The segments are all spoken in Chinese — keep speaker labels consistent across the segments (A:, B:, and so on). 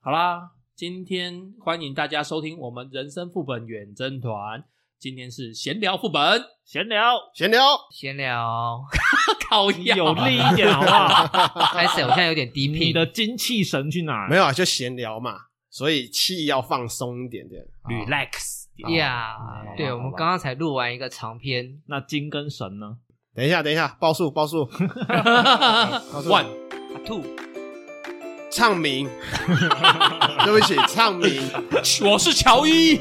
A: 好啦，今天欢迎大家收听我们人生副本远征团，今天是闲聊副本，
B: 闲聊，
C: 闲聊，
D: 闲聊，
A: 靠腰
B: 有力一点好不 好？
D: 开始，我现在有点低频。
B: 你的精气神去哪？
C: 没有啊，就闲聊嘛，所以气要放松一点点。
A: relax，
D: 呀
B: 好
D: 对
B: 好
D: 我们
B: 好
D: 刚刚才录完一个长篇，
B: 那精跟神呢？
C: 等一下，等一下，报数报 数，
B: 啊
A: 万
D: 兔
C: 唱 名，对不起，唱名，
A: 我是乔伊。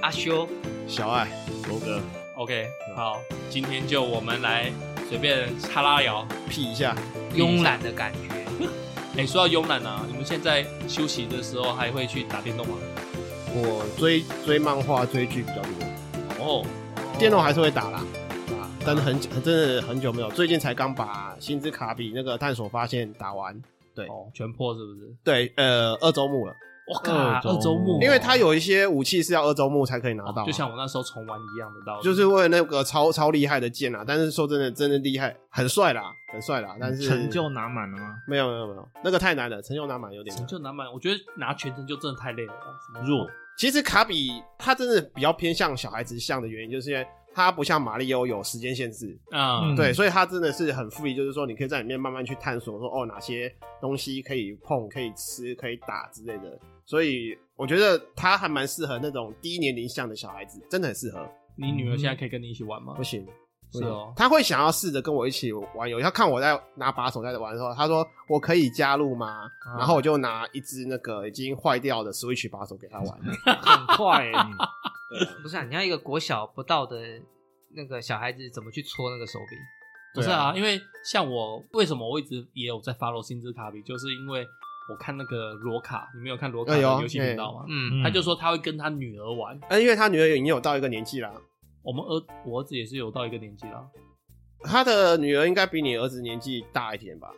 D: 阿修，
C: 小爱，罗哥，
A: OK，好，今天就我们来随便哈拉聊。
C: 屁一下，
D: 慵懒的感觉。
A: 哎、说到慵懒啊，你们现在休息的时候还会去打电动吗？
C: 我追追漫画、追剧比较多，
A: 哦，
C: 电动还是会打啦，啊，但是很久真的很久没有，最近才刚把《星之卡比》那个探索发现打完。
A: 哦，全破是不是？
C: 对，呃，二周目了，
A: 我靠，
B: 二周目
A: 二周目，
C: 因为它有一些武器是要二周目才可以拿到啊、
A: 哦就像我那时候重玩一样的道理，
C: 就是为了那个超超厉害的剑啊，但是说真的，真的厉害，很帅啦，很帅啦，但是
B: 成就拿满了吗？
C: 没有没有没有，那个太难了，成就拿满有点
A: 成
C: 难。
A: 就难买。我觉得拿全成就真的太累了啊，什么
B: 弱，
C: 其实卡比他真的比较偏向小孩子向的原因，就是因为他不像马里欧有时间限制，
A: 嗯，
B: 嗯
C: 对，所以他真的是很富裕，就是说你可以在里面慢慢去探索说，哦哪些东西可以碰、可以吃、可以打之类的。所以我觉得他还蛮适合那种低年龄向的小孩子，真的很适合。
A: 你女儿现在可以跟你一起玩吗
C: 不？行，
A: 是哦，
C: 他会想要试着跟我一起玩游戏。他看我在拿把手在玩的时候，他说：“我可以加入吗？”
A: 啊
C: 然后我就拿一只那个已经坏掉的 Switch 把手给 他玩。
B: 很快欸你。
D: 不是啊，你要一个国小不到的那个小孩子怎么去搓那个手柄？
A: 不是
C: 对
A: 啊，
C: 啊
A: 因为像我，为什么我一直也有在 follow 星之卡比，就是因为我看那个罗卡，你没有看罗卡的
C: 哎呦
A: 游戏频道吗？
D: 嗯，
A: 他就说他会跟他女儿玩，
C: 啊，因为他女儿已经有到一个年纪啦，
A: 我们儿我儿子也是有到一个年纪啦，
C: 他的女儿应该比你儿子年纪大一点吧？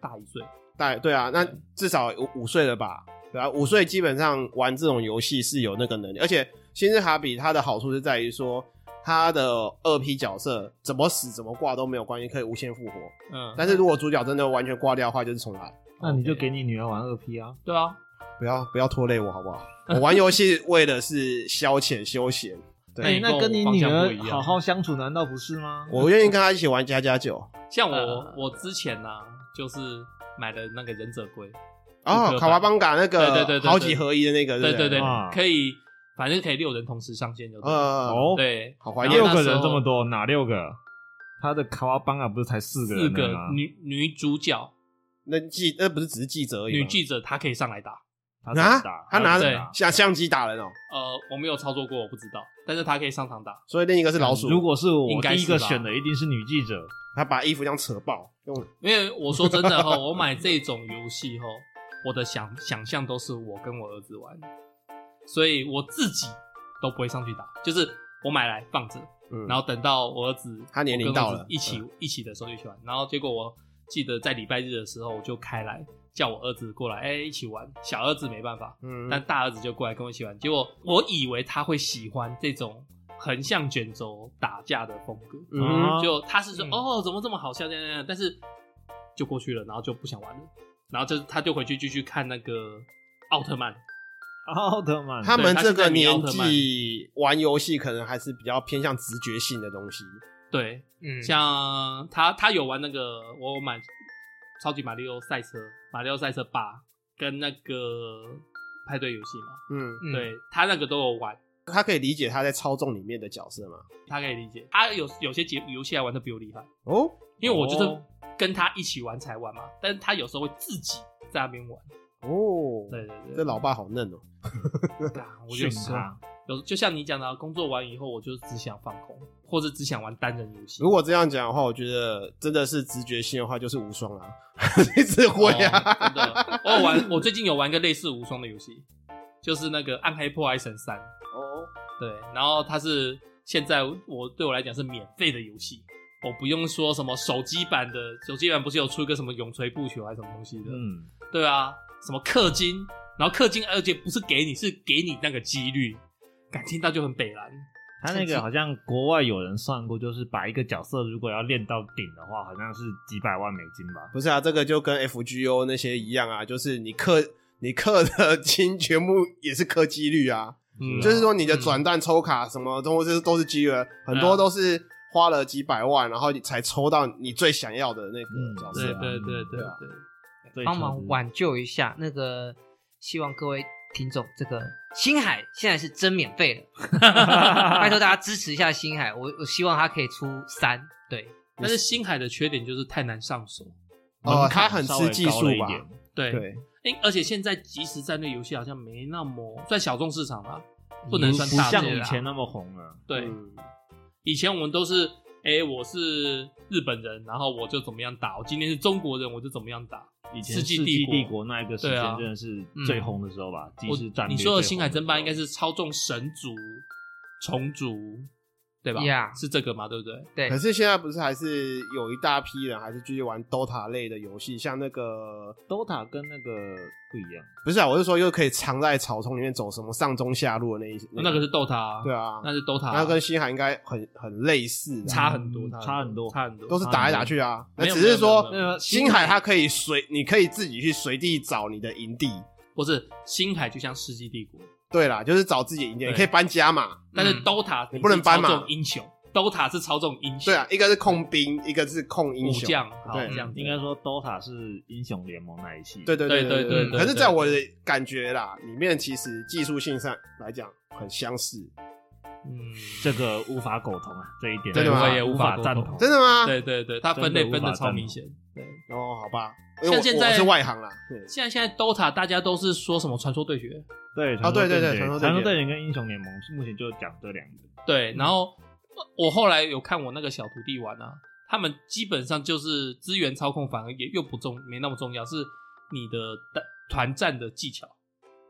A: 大一岁，
C: 大对啊，那至少五五岁了吧？对啊，五岁基本上玩这种游戏是有那个能力，而且《星之卡比》它的好处是在于说，它的二 P 角色怎么死怎么挂都没有关系，可以无限复活。
A: 嗯，
C: 但是如果主角真的完全挂掉的话，就是重来。
B: 那你就给你女儿玩二 P 啊，
A: 对啊，
C: 不要不要拖累我好不 好？我玩游戏为的是消遣休闲，
B: 哎
C: 对，
B: 那跟你
A: 方
B: 女
A: 向不
B: 儿
A: 一样
B: 好 好相处，难道不是吗？
C: 我愿意跟他一起玩加加九
A: 像我
D: 呃
A: 我之前呢、就是买了那个忍者龟，
C: 哦，卡瓦邦嘎那个
A: 对对对对对
C: 好几合一的那个，
A: 对对
C: 对
A: 对
C: 不，
B: 啊
A: 可以，反正可以六人同时上线就对了
C: 呃，
B: 哦，
A: 对，
C: 好怀
A: 然后
C: 念
B: 六
A: 那
B: 个
A: 时
B: 人
A: 候
B: 这么多，哪六个？他的卡哇邦啊，不是才四个
A: 四
B: 人而啊已
A: 个
C: 啊
B: 吗？
A: 女女主角
C: 那记那不是只是记者而已吗
A: 女记者她可以上来打，
B: 他怎么
C: 啊
B: 打，
C: 他拿
B: 怎
A: 对
B: 么打
C: 相相机打人哦，
A: 呃，我没有操作过，我不知道，但是她可以上场打，
C: 所以另一个是
A: 嗯
C: 老鼠，
B: 如果是
A: 应
B: 我
A: 该
B: 第一
A: 是
B: 个
A: 吧
B: 选的，一定是女记者。
C: 他把衣服这样扯爆，用
A: 因为我说真的 哈，我买这种游戏哈，我的想想象都是我跟我儿子玩，所以我自己都不会上去打，就是我买来放着，
C: 嗯
A: 然后等到我儿子
C: 他年龄
A: 我跟我
C: 到
A: 儿子
C: 了嗯
A: 一起一起的时候就去玩，然后结果我记得在礼拜日的时候我就开来叫我儿子过来，哎、一起玩，小儿子没办法，
C: 嗯
A: 但大儿子就过来跟我一起玩，结果我以为他会喜欢这种横向卷轴打架的风格，
C: 嗯
B: 啊
A: 就他是说、
D: 嗯
A: 哦，怎么这么好笑这样这样这样，但是就过去了，然后就不想玩了，然后就他就回去继续看那个奥特曼，
B: 奥特曼，
C: 他们
A: 嗯对他
C: 这
A: 是在
C: 个
A: 迷奥
C: 年
A: 特曼
C: 纪玩游戏可能还是比较偏向直觉性的东西，
A: 对，
D: 嗯，
A: 像他他有玩那个我有买超级马里奥赛车，马里奥赛车八跟那个派对游戏嘛，
C: 嗯，
D: 嗯
A: 对他那个都有玩，
C: 他可以理解他在操纵里面的角色嘛，
A: 他可以理解，他有有些节游戏还玩的比我厉害。
C: 哦，
A: 因为我就是
B: 哦
A: 跟他一起玩才玩嘛，但是他有时候会自己在那边玩。
C: 哦，
A: 对对对，
C: 这老爸好嫩哦。
A: 啊我就
B: 训
A: 是
B: 他。
A: 有就像你讲的啊，工作完以后我就只想放空，或者只想玩单人游戏。
C: 如果这样讲的话，我觉得真的是直觉性的话，就是无双 啦，一直会
A: 哦
C: 啊。
A: 真的，我有玩，我最近有玩一个类似无双的游戏，就是那个《暗黑破坏神三》。
C: 哦，
A: 对，然后它是现在我对我来讲是免费的游戏，我不用说什么手机版的，手机版不是有出一个什么永垂不朽还是什么东西的？
B: 嗯，
A: 对啊，什么氪金，然后氪金，而且不是给你，是给你那个几率。感听到就很北蓝，
B: 他那个好像国外有人算过，就是把一个角色如果要练到顶的话，好像是几百万美金吧。
C: 不是啊，这个就跟 FGO 那些一样啊，就是你氪你氪的金全部也是氪几率啊，
A: 嗯
C: 就是说你的转蛋抽卡什么东西都是几率的，很
A: 对
C: 多
A: 啊
C: 都是花了几百万，然后你才抽到你最想要的那
B: 嗯
C: 个角
A: 对
C: 色
B: 是
C: 啊。
A: 对对对
C: 对啊
A: 对，
B: 最
D: 帮
B: 超
D: 忙
B: 值
D: 挽救一下那个，希望各位听众，这个星海现在是真免费了，
A: 啊
D: 拜托大家支持一下星海，我我希望他可以出三，对，
A: 但是星海的缺点就是太难上手，
C: 哦
B: 门
C: 它
B: 槛
C: 很
B: 稍
C: 吃
B: 微
C: 技
B: 高
C: 术
B: 了一
C: 吧
B: 点
A: 对，
C: 对，
A: 诶而且现在即时战略游戏好像没那么算小众市场啦，不
B: 嗯不
A: 能算大
B: 像
A: 众
B: 以
A: 啦
B: 前那么红了。
A: 对，
C: 嗯
A: 以前我们都是，哎、我是日本人，然后我就怎么样打；我今天是中国人，我就怎么样打。
B: 以前
A: 世
B: 世
A: 纪
B: 纪
A: 帝
B: 帝
A: 国
B: 国那一个时
A: 对啊
B: 间真的是最红的时候吧，即
A: 我
B: 时战略
A: 你
B: 最红时候。
A: 说的星海争霸应该是操纵神族、虫族，对吧
D: Yeah
A: 是这个嘛？对不对？
D: 对
C: 可是现在不是还是有一大批人还是继续玩 DOTA 类的游戏，像那个
B: DOTA 跟那个不一样，
C: 不是啊，我是说又可以藏在草丛里面走什么上中下路的那一些，
A: 哦那个是 DOTA，、啊、
C: 对啊，
A: 那是 DOTA，、
C: 那跟星海应该很很类似的，啊
A: 差很多，
B: 嗯
A: 差差
B: 差
A: 很多，
C: 都是打来打去啊，那
A: 没有
C: 只是
A: 没有没有
C: 说
A: 没有
B: 那个
C: 星海它可以随，你可以自己去随地找你的营地。
A: 不是星海就像世纪帝国，
C: 对啦，就是找自己的营地，
A: 对
C: 你可以搬家嘛。
A: 但是
D: 嗯
A: DOTA
C: 你不能搬嘛
A: 操纵英雄，DOTA 是操纵英雄，
C: 对啊，，一个是控兵，一个是控英
A: 武
C: 雄。
A: 将，好
C: 对
A: 这样子
B: 应该说 DOTA 是英雄联盟那一系。
C: 对对对
A: 对对
C: 对
A: 对
C: 可是，
A: 对
C: 在我的感觉啦，里面其实技术性上来讲很相似，
A: 嗯，
B: 这个无法苟同啊，这一点
C: 真的吗
A: 我也无
B: 无
A: 法
B: 法
A: 苟
B: 赞
A: 同
B: 同。
C: 真的吗？
A: 对对对，它分类
B: 真
A: 分
B: 的无
A: 的
B: 法
A: 超
B: 赞
A: 明
B: 同
A: 显，对。
C: 哦，好吧，因为
A: 像
C: 我
A: 现
C: 我
A: 在
C: 是外行啦。对
A: 现在现在 DOTA 大家都是说什么传说对决，
B: 对
C: 哦对对对
B: 传
C: 传说
B: 说
C: 对决
B: 对决跟英雄联盟目前就讲这两个。
A: 对，然后呃我后来有看我那个小徒弟玩啊，他们基本上就是资源操控，反而也又不重，没那么重要，是你的单团战的技巧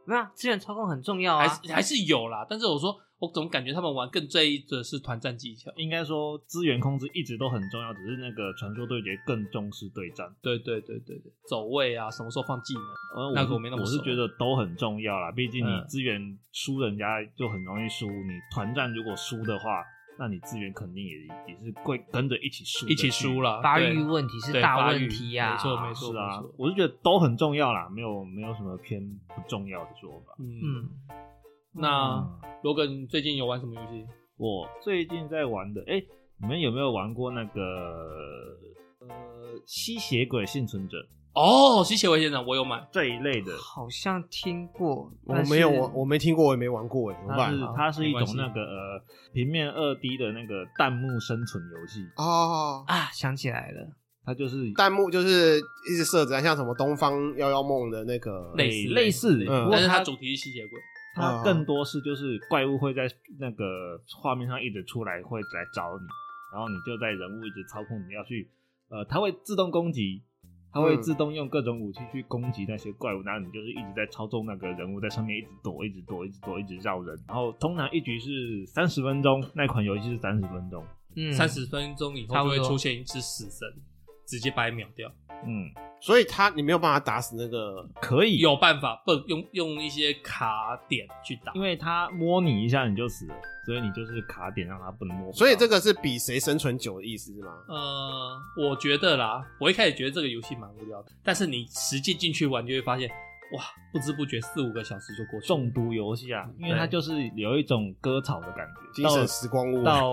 D: 没有啊资源操控很重要
A: 还
D: 啊，
A: 是还是有啦，但是我说我总感觉他们玩更在意的是团战技巧，
B: 应该说资源控制一直都很重要，只是那个传说对决更重视对战。
A: 对对对对对，走位啊，什么时候放技能，
B: 呃，
A: 那
B: 我
A: 个
B: 是
A: 我没那么
B: 我是
A: 熟
B: 觉得都很重要啦，毕竟你
A: 嗯
B: 资源输人家就很容易输，你团战如果输的话，那你资源肯定也也是会跟着一起输的去，
A: 一起输啦，
D: 发
A: 对
D: 育问题是
A: 对
D: 大
A: 发育
D: 问题呀，
A: 没错没错
B: 是啊
A: 没错，
B: 我是觉得都很重要啦，没有没有什么偏不重要的说法。
A: 嗯，
D: 嗯，
A: 那
B: 嗯
A: 罗哥，你最近有玩什么游戏？
B: 我最近在玩的，哎、你们有没有玩过那个呃吸血鬼幸存者
A: 哦，吸血鬼先生，我有买，
B: 这一类的？
D: 好像听过，
C: 我
D: 但是
C: 没有，我我没听过，我也没玩过，哎，怎么
B: 它
C: 办
B: 是？
A: 好
B: 它是
A: 没
B: 一
A: 关
B: 种
A: 系
B: 那个呃平面二 D 的那个弹幕生存游戏，
C: 哦，
D: 啊想起来了，
B: 它就是
C: 弹幕就是一直设置，啊像什么东方幺幺梦的那个
A: 类
B: 诶
A: 似
B: 类似的，
C: 嗯
B: 不过
A: 但是它
B: 它
A: 主题是吸血鬼，嗯
B: 它更多是就是怪物会在那个画面上一直出来，会来找你，然后你就在人物一直操控，你要去呃，它会自动攻击，它会
C: 嗯
B: 自动用各种武器去攻击那些怪物，然后你就是一直在操纵那个人物在上面一直躲，一直躲，一直躲，一直绕人。然后通常一局是三十分钟，那款游戏是三十分钟，
D: 嗯，
A: 三十分钟以后
D: 差
A: 就
D: 不多
A: 会出现一只死神，直接把你秒掉。
B: 嗯，
C: 所以他你没有办法打死那个
B: 可以，
A: 有办法不用用一些卡点去打
B: 因，为它摸你一下你就死了，所以你就是卡点让它不能摸不到。
C: 所以这个是比谁生存久的意思是吗？
A: 呃，我觉得啦，我一开始觉得这个游戏蛮无聊的，但是你实际进去玩就会发现，哇，不知不觉四五个小时就过去了。
B: 中毒游戏啊，因为
A: 对
B: 它就是有一种割草的感觉，
C: 精神时光屋
B: 到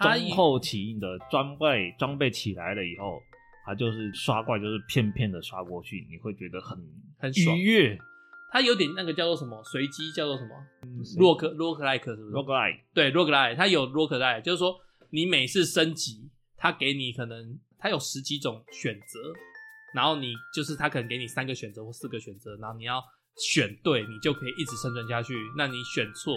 B: 到中后期你的装备装备起来了以后，它就是刷怪，就是片片的刷过去，你会觉得很
A: 很爽
B: 愉悦。
A: 它有点那个叫做什么随机，叫做什么洛克洛克莱克
C: 嗯
A: 是不是？
B: roguelike
A: 对洛克莱，它有洛克莱，就是说你每次升级，它给你可能它有十几种选择，然后你就是它可能给你三个选择或四个选择，然后你要选对，你就可以一直生存下去。那你选错，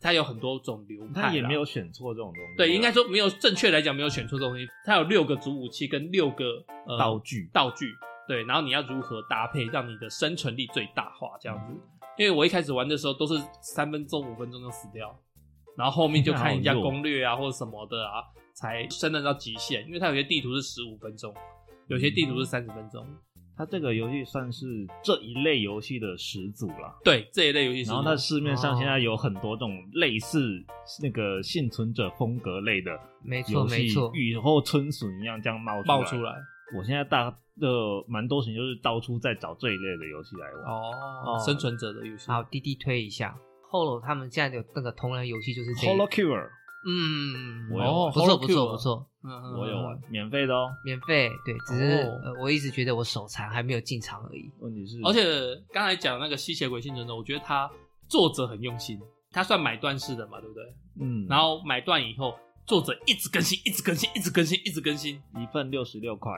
A: 它有很多种流派啦，
B: 它也没有选错这种东西啊，
A: 对，应该说没有正确来讲没有选错东西，它有六个主武器跟六个、呃、
B: 道具
A: 道具，对，然后你要如何搭配，让你的生存力最大化这样子。因为我一开始玩的时候都是三分钟、五分钟就死掉，然后后面就看人 家
B: 好弱
A: 攻略啊或者什么的啊，才升得到极限。因为它有些地图是十五分钟，有些地图是
B: 嗯
A: 三十分钟。
B: 它这个游戏算是这一类游戏的始祖了。
A: 对这一类游戏是，
B: 然后它市面上
D: 哦
B: 现在有很多这种类似那个幸存者风格类的
D: 没错
B: 游戏
D: 没错，
B: 雨后春笋一样这样冒
A: 冒出来，
B: 我现在大的蛮多事情就是到处在找这一类的游戏来玩。
A: 哦，生存者的游戏，
D: 好，滴滴推一下。Holo 他们现在有那个同人游戏，就是这
B: h o l o
D: 个，
B: c u r
D: 嗯，
B: 我有玩
D: 哦不错
A: Holo Cube
D: 不错不错，
A: 嗯嗯嗯
B: 我有玩，免费的哦。
D: 免费，对，只是、
A: 哦
D: 呃我一直觉得我手残还没有进场而已。
B: 问题是，
A: 而且刚才讲那个吸血鬼幸存者，我觉得他作者很用心，他算买断式的嘛，对不对？
B: 嗯，
A: 然后买断以后，作者一直更新，一直更新，一直更新，一直更新。
B: 一份六十六块，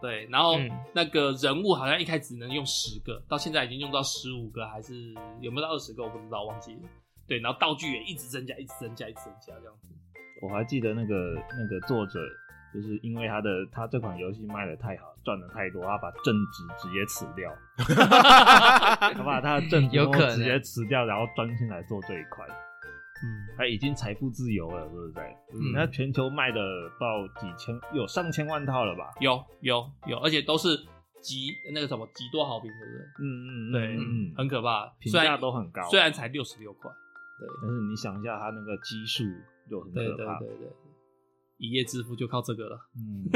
A: 对，然后
D: 嗯
A: 那个人物好像一开始只能用十个，到现在已经用到十五个，还是有没有到二十个，我不知道，忘记了。对，然后道具也一直增加，一直增加，一直增加这样子。
B: 我还记得那个那个作者，就是因为他的他这款游戏卖的太好，赚的太多，他把正职直接辞 掉，他把他的正职
D: 有
B: 工
D: 可
B: 作
D: 能
B: 直接辞掉，然后专心来做这一块。
A: 嗯，
B: 他已经财富自由了，对不对？
A: 嗯
B: 那全球卖的到几千，有上千万套了吧？
A: 有有有，而且都是极那个什么极多好评，对不对？
B: 嗯嗯，
A: 对
B: 嗯，
A: 很可怕，
B: 评
A: 虽
B: 价
A: 然
B: 都很高
A: 虽然才六十六块，
B: 但是你想一下，他那个基数就很
A: 对
B: 可
A: 对
B: 怕。
A: 对对对，一夜致富就靠这个了。
B: 嗯，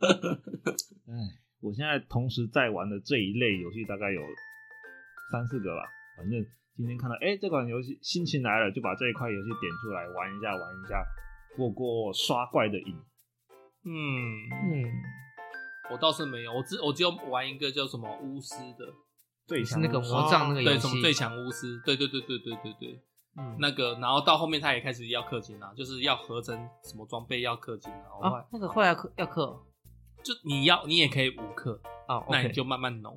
B: 哎，我现在同时在玩的这一类游戏大概有三四个吧，反正今天看到哎、这款游戏心情来了，就把这一块游戏点出来玩一下玩一下，过过刷怪的瘾。
A: 嗯，
D: 嗯，
A: 我倒是没有，我只我只有玩一个叫什么巫师的，
B: 最
D: 是
B: 强
D: 那个
B: 魔
D: 魔杖那个游
A: 哦对，什么
D: 戏，
A: 最强巫师，对对对对对对对，
D: 嗯
A: 那个，然后到后面他也开始要氪金啦、就是要合成什么装备要氪金啊，我后来
D: 啊，那个后来要氪要氪哦
A: 就你要你也可以无氪，
D: 哦，
A: 那
D: OK，
A: 你就慢慢弄，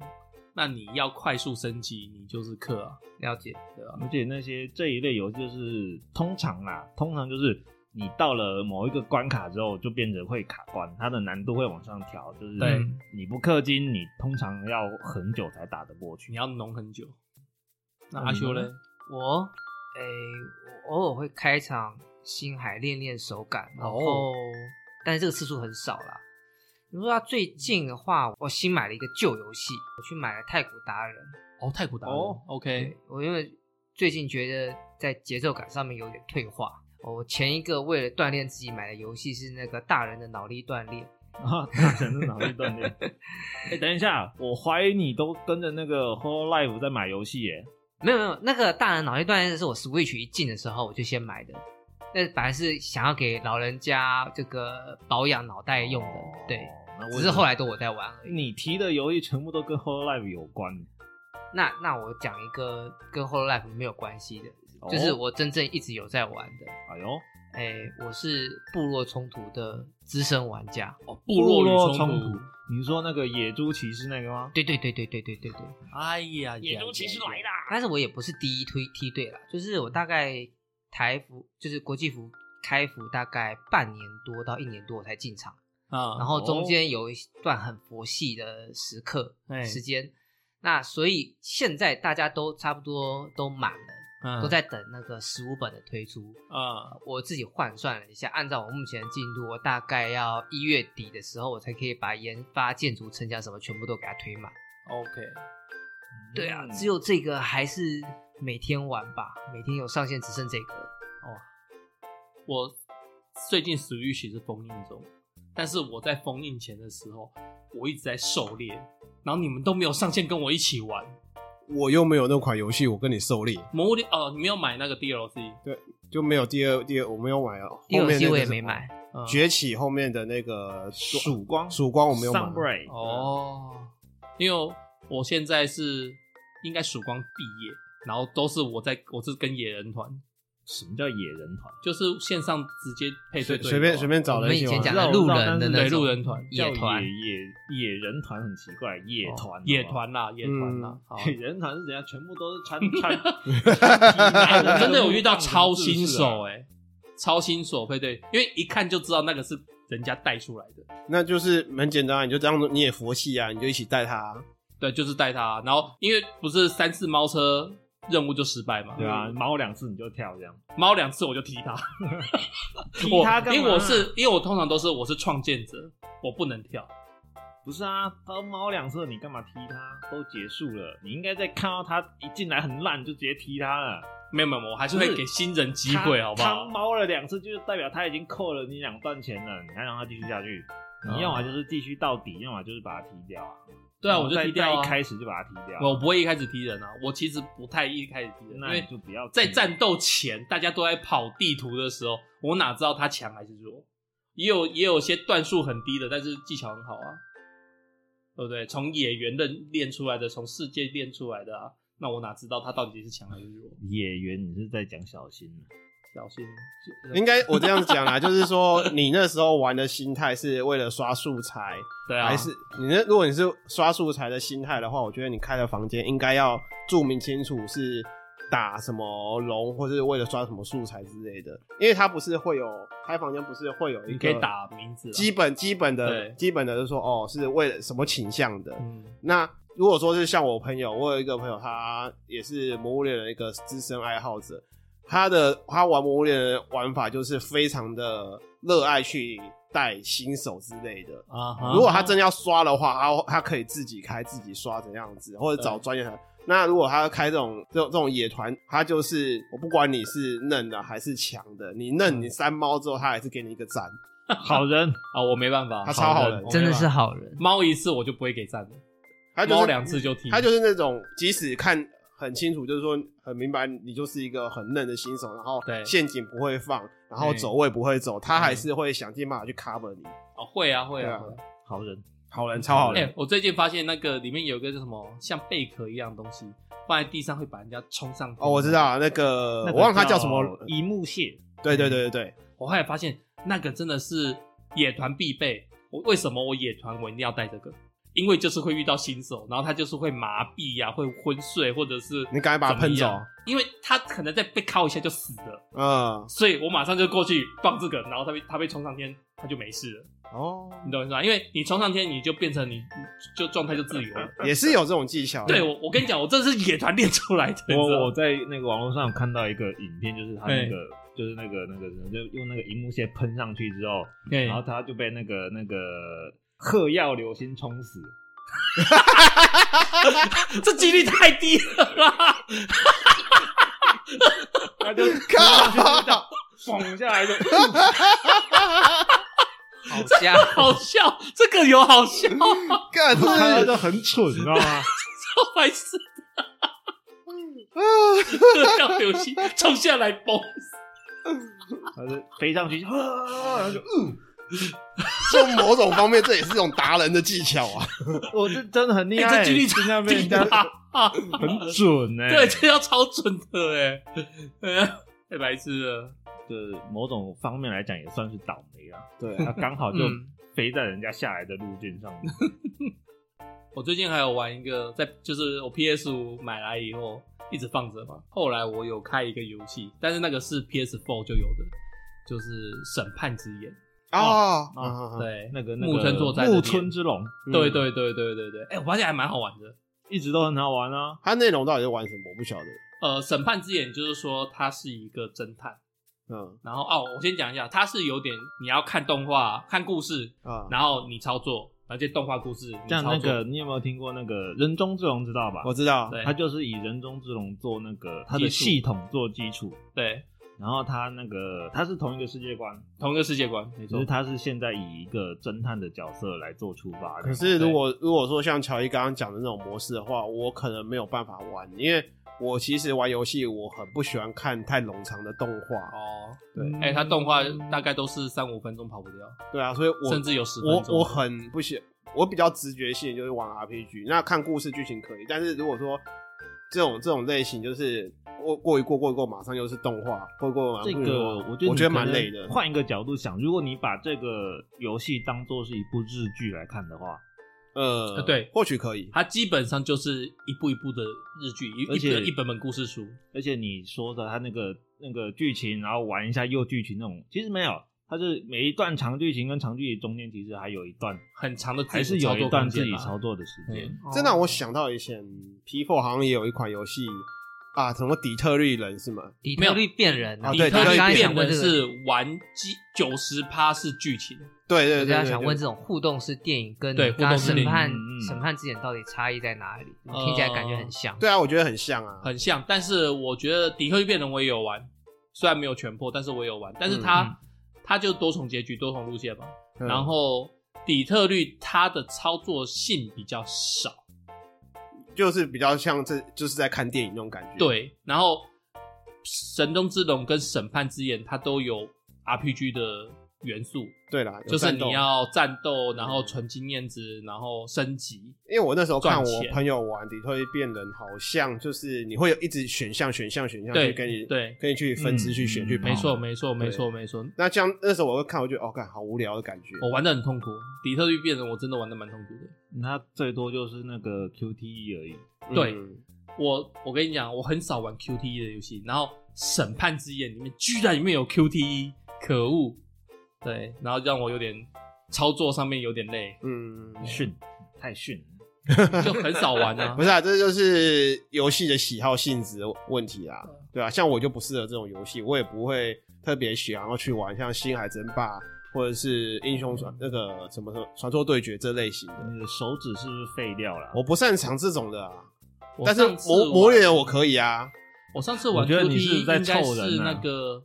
A: 那你要快速升级，你就是氪啊，
D: 了解，
A: 对吧、
B: 而且那些这一类游戏就是通常啦，通常就是你到了某一个关卡之后，就变得会卡关，它的难度会往上调。就是
A: 对
B: 你不氪金，你通常要很久才打得过去
A: 你。要弄很久。那
B: 那
A: 阿
B: 你
A: 修
B: 呢
A: 嘞？
D: 我，诶、我偶尔会开一场星海练练手感，然后，
A: 哦
D: 但是这个次数很少啦。你说他最近的话，我新买了一个旧游戏，我去买了《太古达人》
A: 哦，太古达人、
B: 哦
A: o k
D: 对我因为最近觉得在节奏感上面有点退化。哦我前一个为了锻炼自己买的游戏是那个大人的脑力锻炼，
B: 啊，大神是脑力锻炼。哎、等一下，我怀疑你都跟着那个 Whole Life 在买游戏耶。
D: 没有没有，那个大人脑力锻炼是我 Switch 一进的时候我就先买的，那本来是想要给老人家这个保养脑袋用的，
B: 哦
D: 对，，
B: 那为
D: 只
B: 什
D: 是
B: 么
D: 后来都我在玩而已。
B: 你提的游戏全部都跟 Whole Life 有关。
D: 那那我讲一个跟 Whole Life 没有关系的，就是
B: 哦
D: 我真正一直有在玩的。
B: 哎呦，
D: 哎、我是部落冲突的资深玩家。
A: 哦，部落与
B: 冲
A: 冲
B: 突，你说那个野猪骑士那个吗？
D: 对对对对对对对对。
A: 哎呀，野猪骑士来啦！
B: 啊
D: 但是我也不是第一推梯队啦，就是我大概台服就是国际服开服大概半年多到一年多我才进场。
A: 啊，
D: 然后中间有一段很佛系的时刻、
A: 哎
D: 时间。那所以现在大家都差不多都满了，
A: 嗯
D: 都在等那个十五本的推出。
A: 啊，
D: 我自己换算了一下，按照我目前的进度，我大概要一月底的时候，我才可以把研发、建筑、城墙什么全部都给它推满。
A: OK，
D: 对啊，只有这个还是每天玩吧，每天有上线只剩这个。
A: 我最近属于其实封印中，但是我在封印前的时候，我一直在狩猎，然后你们都没有上线跟我一起玩。
C: 我又没有那款游戏，我跟你狩猎
A: 魔物猎哦，你没有买那个 DLC，
C: 就没有第二第二，我没有买啊。后
D: 第
C: 面
D: 二
C: 那
D: 季
C: 个
D: 我也
C: 是
D: 没
C: 什么
D: 买，
A: 嗯
C: 崛起后面的那个
B: 曙光
C: 曙光我没有买。
B: Sunbreak
A: 哦，因为我现在是应该曙光毕业，然后都是我在，我是跟野人团，
B: 什么叫野人团？
A: 就是线上直接配对
C: 随
A: 对话
C: 随便随便找
D: 我
C: 人
D: 们
C: 一起
D: 以
C: 玩
D: 前讲
B: 我
D: 的
B: 知道
D: 路
B: 我知道
D: 人的
B: 但是
D: 那
A: 对
D: 种
A: 路人团
D: 野
B: 叫
D: 团
B: 野，野野人团很奇怪，野
A: 哦
B: 团好
A: 野
B: 不好
A: 团啦，野团
C: 嗯
A: 啦，好啊
B: 野人团是怎样？全部都是穿穿穿 皮
A: 我
B: 的，
A: 哎真的有遇到超新
B: 啊
A: 手哎、超新手配对，因为一看就知道那个是人家带出来的，
C: 那就是很简单啊，你就这样，你也佛系啊，你就一起带他啊、
A: 对，就是带他。然后因为不是三次猫车任务就失败嘛，
B: 对啊，猫两次你就跳这样，
A: 猫两次我就踢他，
B: 踢他干嘛啊
A: 我因为我是因为我通常都是我是创建者，我不能跳，
B: 不是啊？他猫两次你干嘛踢他？都结束了，你应该在看到他一进来很烂就直接踢他了。
A: 没有没有，我还是会给新人机会，
B: 他
A: 好不
B: 他
A: 好？
B: 猫了两次，就是代表他已经扣了你两段钱了，你还让他继续下去？你要么就是继续到底，要么就是把它踢掉啊。
A: 对啊，我就
B: 在
A: 踢掉、
B: 在
A: 啊、
B: 一开始就把它踢掉啊。
A: 我不会一开始踢人啊，我其实不太一开始踢人，因
B: 那你
A: 为
B: 就不要
A: 在
B: 踢
A: 战斗前大家都在跑地图的时候，我哪知道他强还是弱？也有也有些段数很低的，但是技巧很好啊，对不对？从野原的练出来的，从世界练出来的啊，那我哪知道他到底是强还是弱？
B: 野原，你是在讲小新啊
A: 小心，
C: 应该我这样 讲啦，就是说你那时候玩的心态是为了刷素材，
A: 对啊，
C: 还是你那如果你是刷素材的心态的话，我觉得你开的房间应该要注明清楚是打什么龙，或是为了刷什么素材之类的，因为它不是会有开房间，不是会有一
A: 你
C: 个
A: 可以打名字啊，
C: 基本基本的
A: 对
C: 基本的，就是说哦是为了什么倾向的。
A: 嗯
C: 那如果说是像我朋友，我有一个朋友，他也是《魔物猎人》一个资深爱好者，他的他玩《魔物猎人》玩法就是非常的热爱去带新手之类的。
A: 啊哈，
C: 如果他真要刷的话，他他可以自己开自己刷怎样子，或者找专业团。那如果他开这种这种这种野团，他就是我不管你是嫩的还是强的，你嫩
A: 嗯
C: 你三猫之后，他还是给你一个赞。
B: 好人，
A: 啊，我没办法，
C: 他超好人
A: 我没
D: 真的
A: 办
D: 是
A: 法
D: 好人。
A: 猫一次我就不会给赞的，
C: 他就是
A: 猫两次就踢，
C: 他就是那种即使看很清楚，就是说很明白，你就是一个很嫩的新手，然后
A: 对
C: 陷阱不会放，然后
A: 嗯
C: 走位不会走，他还是会想尽办法去 cover 你。
A: 哦会啊会
C: 对啊
A: 啊。会啊
B: 好人，
C: 好人超好
A: 哎、
C: 人，
A: 我最近发现那个里面有一个叫什么像贝壳一样的东西，放在地上会把人家冲上天
C: 哦，我知，道啊那
B: 呃
C: 个，我忘了他叫什么。
B: 一木蟹，
C: 对对对对对，
A: 我后来发现那个真的是野团必备。我为什么我野团我一定要带这个？因为就是会遇到新手，然后他就是会麻痹呀、会昏睡，或者是
C: 你赶快把他喷
A: 怎
C: 走
A: 么。样，因为他可能再被敲一下就死了，
C: 嗯，
A: 所以我马上就过去放这个，然后他被他被冲上天，他就没事了，
C: 哦，
A: 你懂我意思吧？因为你冲上天，你就变成你你就状态就自由了。
C: 也是有这种技巧。
A: 对我，我跟你讲，我这是野团练出来的，你知道吗
B: 我我哎在那个网络上有看到一个影片，就是他那个就是那个那个人就用那个银幕蟹喷上去之后，
A: 对
B: 然后他就被那个那个嗑药流星冲死。
A: 这几率太低了啦！
B: 他 就
C: 靠，
B: 拱下来的，
D: 好家伙，
A: 好笑，这个有好笑，
C: 干 这
B: 他
C: 是
B: 就很蠢，你知道吗？
A: 超白痴，
B: 嗯
C: 啊
A: 要流星冲下来崩
B: 他就飞上去，啊然后就，
C: 从某种方面，这也是一种达人的技巧啊。
B: 我哎这真的很厉
A: 欸
B: 害，
A: 这几率
B: 现在 被
A: 低
B: 人家
A: 吧？啊
B: 很准哎。
A: 对，这要超准的哎、欸，太白痴了。
B: 就是某种方面来讲也算是倒霉 啦，
C: 对
B: 他刚好就
A: 嗯
B: 飞在人家下来的路径上 面。
A: 我最近还有玩一个，在就是我 PS 五买来以后一直放着嘛，后来我有开一个游戏，但是那个是 PS Four 就有的，就是《审判之眼
C: 啊
B: 哦，
C: 啊》，
A: 对，
B: 那个那
A: 木村
B: 个
A: 拓哉的
B: 木
A: 脸
B: 村之龙
A: 对对对对对对，哎、我发现还蛮好玩的。
B: 一直都很好玩啊。
C: 他内容到底是玩什么？我不晓得。
A: 呃，审判之眼就是说他是一个侦探，
C: 嗯
A: 然后哦，我先讲一下，他是有点你要看动画、看故事，
C: 啊，
A: 然后你操作，而且动画故事你
B: 像
A: 操
B: 那
A: 作。
B: 个你有没有听过那个人中之龙，知道吧？
C: 我知道。
A: 对
B: 他就是以人中之龙做那个他的
A: 基础
B: 系统做基础，
A: 对，
B: 然后他那个他是同一个世界观，
A: 同一个世界观，没
B: 只
A: 错哦
B: 是。他是现在以一个侦探的角色来做出发的。
C: 可是如果如果说像乔伊刚刚讲的那种模式的话，我可能没有办法玩，因为我其实玩游戏我很不喜欢看太冗长的动画。
A: 哦，
C: 对
B: 嗯
A: 哎、他动画大概都是三五分钟跑不掉，
C: 对啊，所以我
A: 甚至有十分钟。
C: 我我很不喜，啊我比较直觉性就是玩 RPG，那看故事剧情可以，但是如果说这种这种类型就是过过一过过一过，马上又是动画，过一过马
B: 这
C: 上又是动
B: 个
C: 画
B: 我觉得
C: 啊我
B: 你
C: 觉得
B: 可
C: 蛮
B: 能
C: 累的。
B: 换一个角度想，如果你把这个游戏当做是一部日剧来看的话，
C: 呃
A: 呃，对
C: 或许可以。
A: 他基本上就是一步一步的日剧，一
B: 而且
A: 一本一本本故事书。
B: 而且你说的它那个那个剧情，然后玩一下又剧情那种，其实没有，它是每一段长剧情跟长剧情中间其实还有一段，
A: 很长的自己
B: 还是
A: 操
B: 有
A: 作
B: 一段
A: 空间
B: 自己
A: 啊
B: 操作的时
D: 嗯
B: 间。
C: 这让啊
D: 哦
C: 我想到以前 P Four 好像也有一款游戏啊，什么底特律人是吗？
D: 底
A: 没有
D: 特律变人哦
C: 啊
A: 你
C: 对
A: 特
C: 对
A: 别
D: 刚才
C: 对
A: 变
D: 想问
A: 的
D: 这个，
A: 是玩基九十趴是剧情，
C: 对对
D: 我
C: 对
D: 刚
C: 对
D: 才
C: 对
D: 想问这种互动式电影跟
A: 对
D: 刚刚
A: 互动式
D: 审
A: 电影
D: 判
B: 嗯嗯
D: 审判之眼到底差异在哪里？听起来感觉很像。
C: 对啊，我觉得很像啊。
A: 很像，但是我觉得《迪克变人》我也有玩，虽然没有全破，但是我也有玩。但是它、它就多重结局、多重路线嘛。
C: 嗯嗯
A: 然后底特律它的操作性比较少，
C: 就是比较像这就是在看电影那种感觉。，
A: 对，然后神中之龙跟审判之眼它都有 RPG 的元素，
C: 对啦，有
A: 就是
C: 战斗
A: 你，要战斗，然后存经验值，然后升级，
C: 因为我那时候看
A: 赚
C: 我
A: 钱
C: 朋友玩底特律变人，好像就是你会有一直选项、选项、选项
A: 对
C: 去跟你
A: 对
C: 跟你去分支去选
B: 嗯
C: 去跑。
A: 没错没错没
C: 哦对
A: 错没错，
C: 那这样那时候我会看，我就哦，看好无聊的感觉。
A: 我玩的很痛苦，底特律变人我真的玩的蛮痛苦的。
B: 它最多就是那个 QTE 而已。
C: 嗯
A: 对我我跟你讲，我很少玩 QTE 的游戏，然后《审判之眼》里面居然里面有 QTE，可恶！对，然后让我有点操作上面有点累，
C: 嗯，
B: 逊，太逊。
A: 就很少玩啊
C: 不。是啊，这就是游戏的喜好性质的问题啦，
A: 嗯
C: 对啊，像我就不适合这种游戏，我也不会特别想要去玩像《星海争霸》或者是《英雄
A: 嗯
C: 传》那个什么什么《传说对决》这类型的，
B: 你的手指是不是废掉了？啊
C: 我不擅长这种的啊。
A: 我
C: 但是
A: 上次
C: 魔
A: 玩
C: 魔猎人我可以啊，
A: 我上次玩
B: 我觉得
A: QTE
B: 你是在
A: 应该
B: 凑人啊
A: 是那个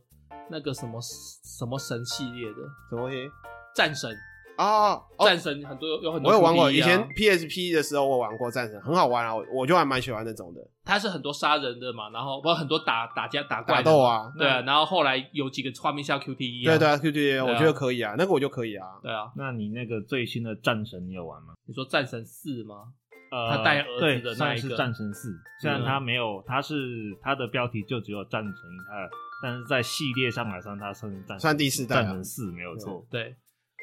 A: 那个什么什么神系列的
C: 什么东西
A: 战神，
C: 啊？哦
A: 战神很多有很多、啊
C: 我有玩过，以前 PSP 的时候我玩过战神，很好玩啊，我我就还蛮喜欢那种的
A: 它是很多杀人的嘛，然后不很多打打架打怪
C: 打
A: 的
C: 斗
A: 嘛，
C: 啊。
A: 对啊，然后后来有几个画面像 QTE，、
C: 对对
A: 对
C: 啊，对对，对我觉得可以啊，那个我就可以啊。
A: E 对啊，
B: 那你那个最新的战神你有玩吗？
A: 你说战神四吗？
B: 呃，
A: 他带儿子
B: 对
A: 的那
B: 上
A: 一个
B: 是战神四，虽然它没有，它是它的标题就只有战神一，它但是在系列上来算，它算是战神
C: 算第四代啊
B: 战神四没有错，
A: 对，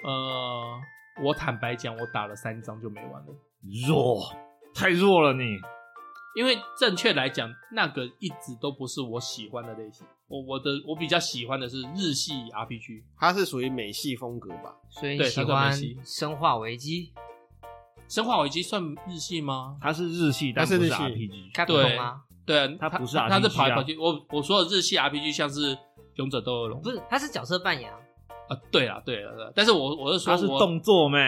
A: 呃，我坦白讲，我打了三张就没玩了，
B: 弱太弱了你。
A: 因为正确来讲，那个一直都不是我喜欢的类型。我我的我比较喜欢的是日系 RPG，
C: 它是属于美系风格吧？
D: 所以你
A: 对
D: 喜
A: 它算
D: 欢
A: 美系
D: 《生化危机
A: 《生化危机》算日系吗？
B: 它是日系，但
C: 它是
B: 不
C: 日
B: 是
C: 系
B: RPG，》
D: 开不
A: 对
D: 懂吗？
A: 对啊，
B: 它
A: 它
B: 不是
A: 它是
B: RPG
A: 跑来
B: 啊
A: 跑去。我我说的日系 RPG 像是《勇者斗恶龙》
D: 不是，它是角色扮演啊。
A: 啊，对了对了，但是我我是说
B: 它
A: 我
B: 是动作妹，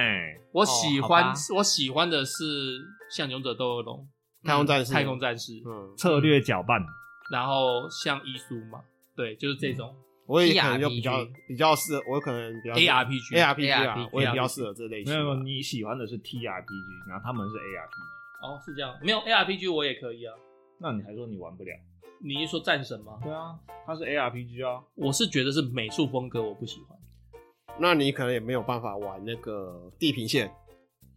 A: 我喜
D: 哦好
A: 欢
D: 吧
A: 我喜欢的是像《勇者斗恶龙》
C: 太空战
A: 嗯
C: 士，
A: 太空战士，
C: 嗯，
B: 策略搅拌。
A: 然后像伊苏嘛，对，就是这种。
C: 我也可能就比较
D: ARPG
C: 比较适合，我可能比较
A: ARPG
C: ARPG 啊
D: ARPG，
C: 我也比较适合这类型
B: 没
C: 的。
B: 有，你喜欢的是 TRPG，然后他们是 ARPG，
A: 哦，是这样，没有 ARPG 我也可以啊。
B: 那你还说你玩不了？
A: 你一说战神吗？
B: 对啊，它是 ARPG 啊。
A: 我是觉得是美术风格我不喜欢。
C: 那你可能也没有办法玩那个地平线，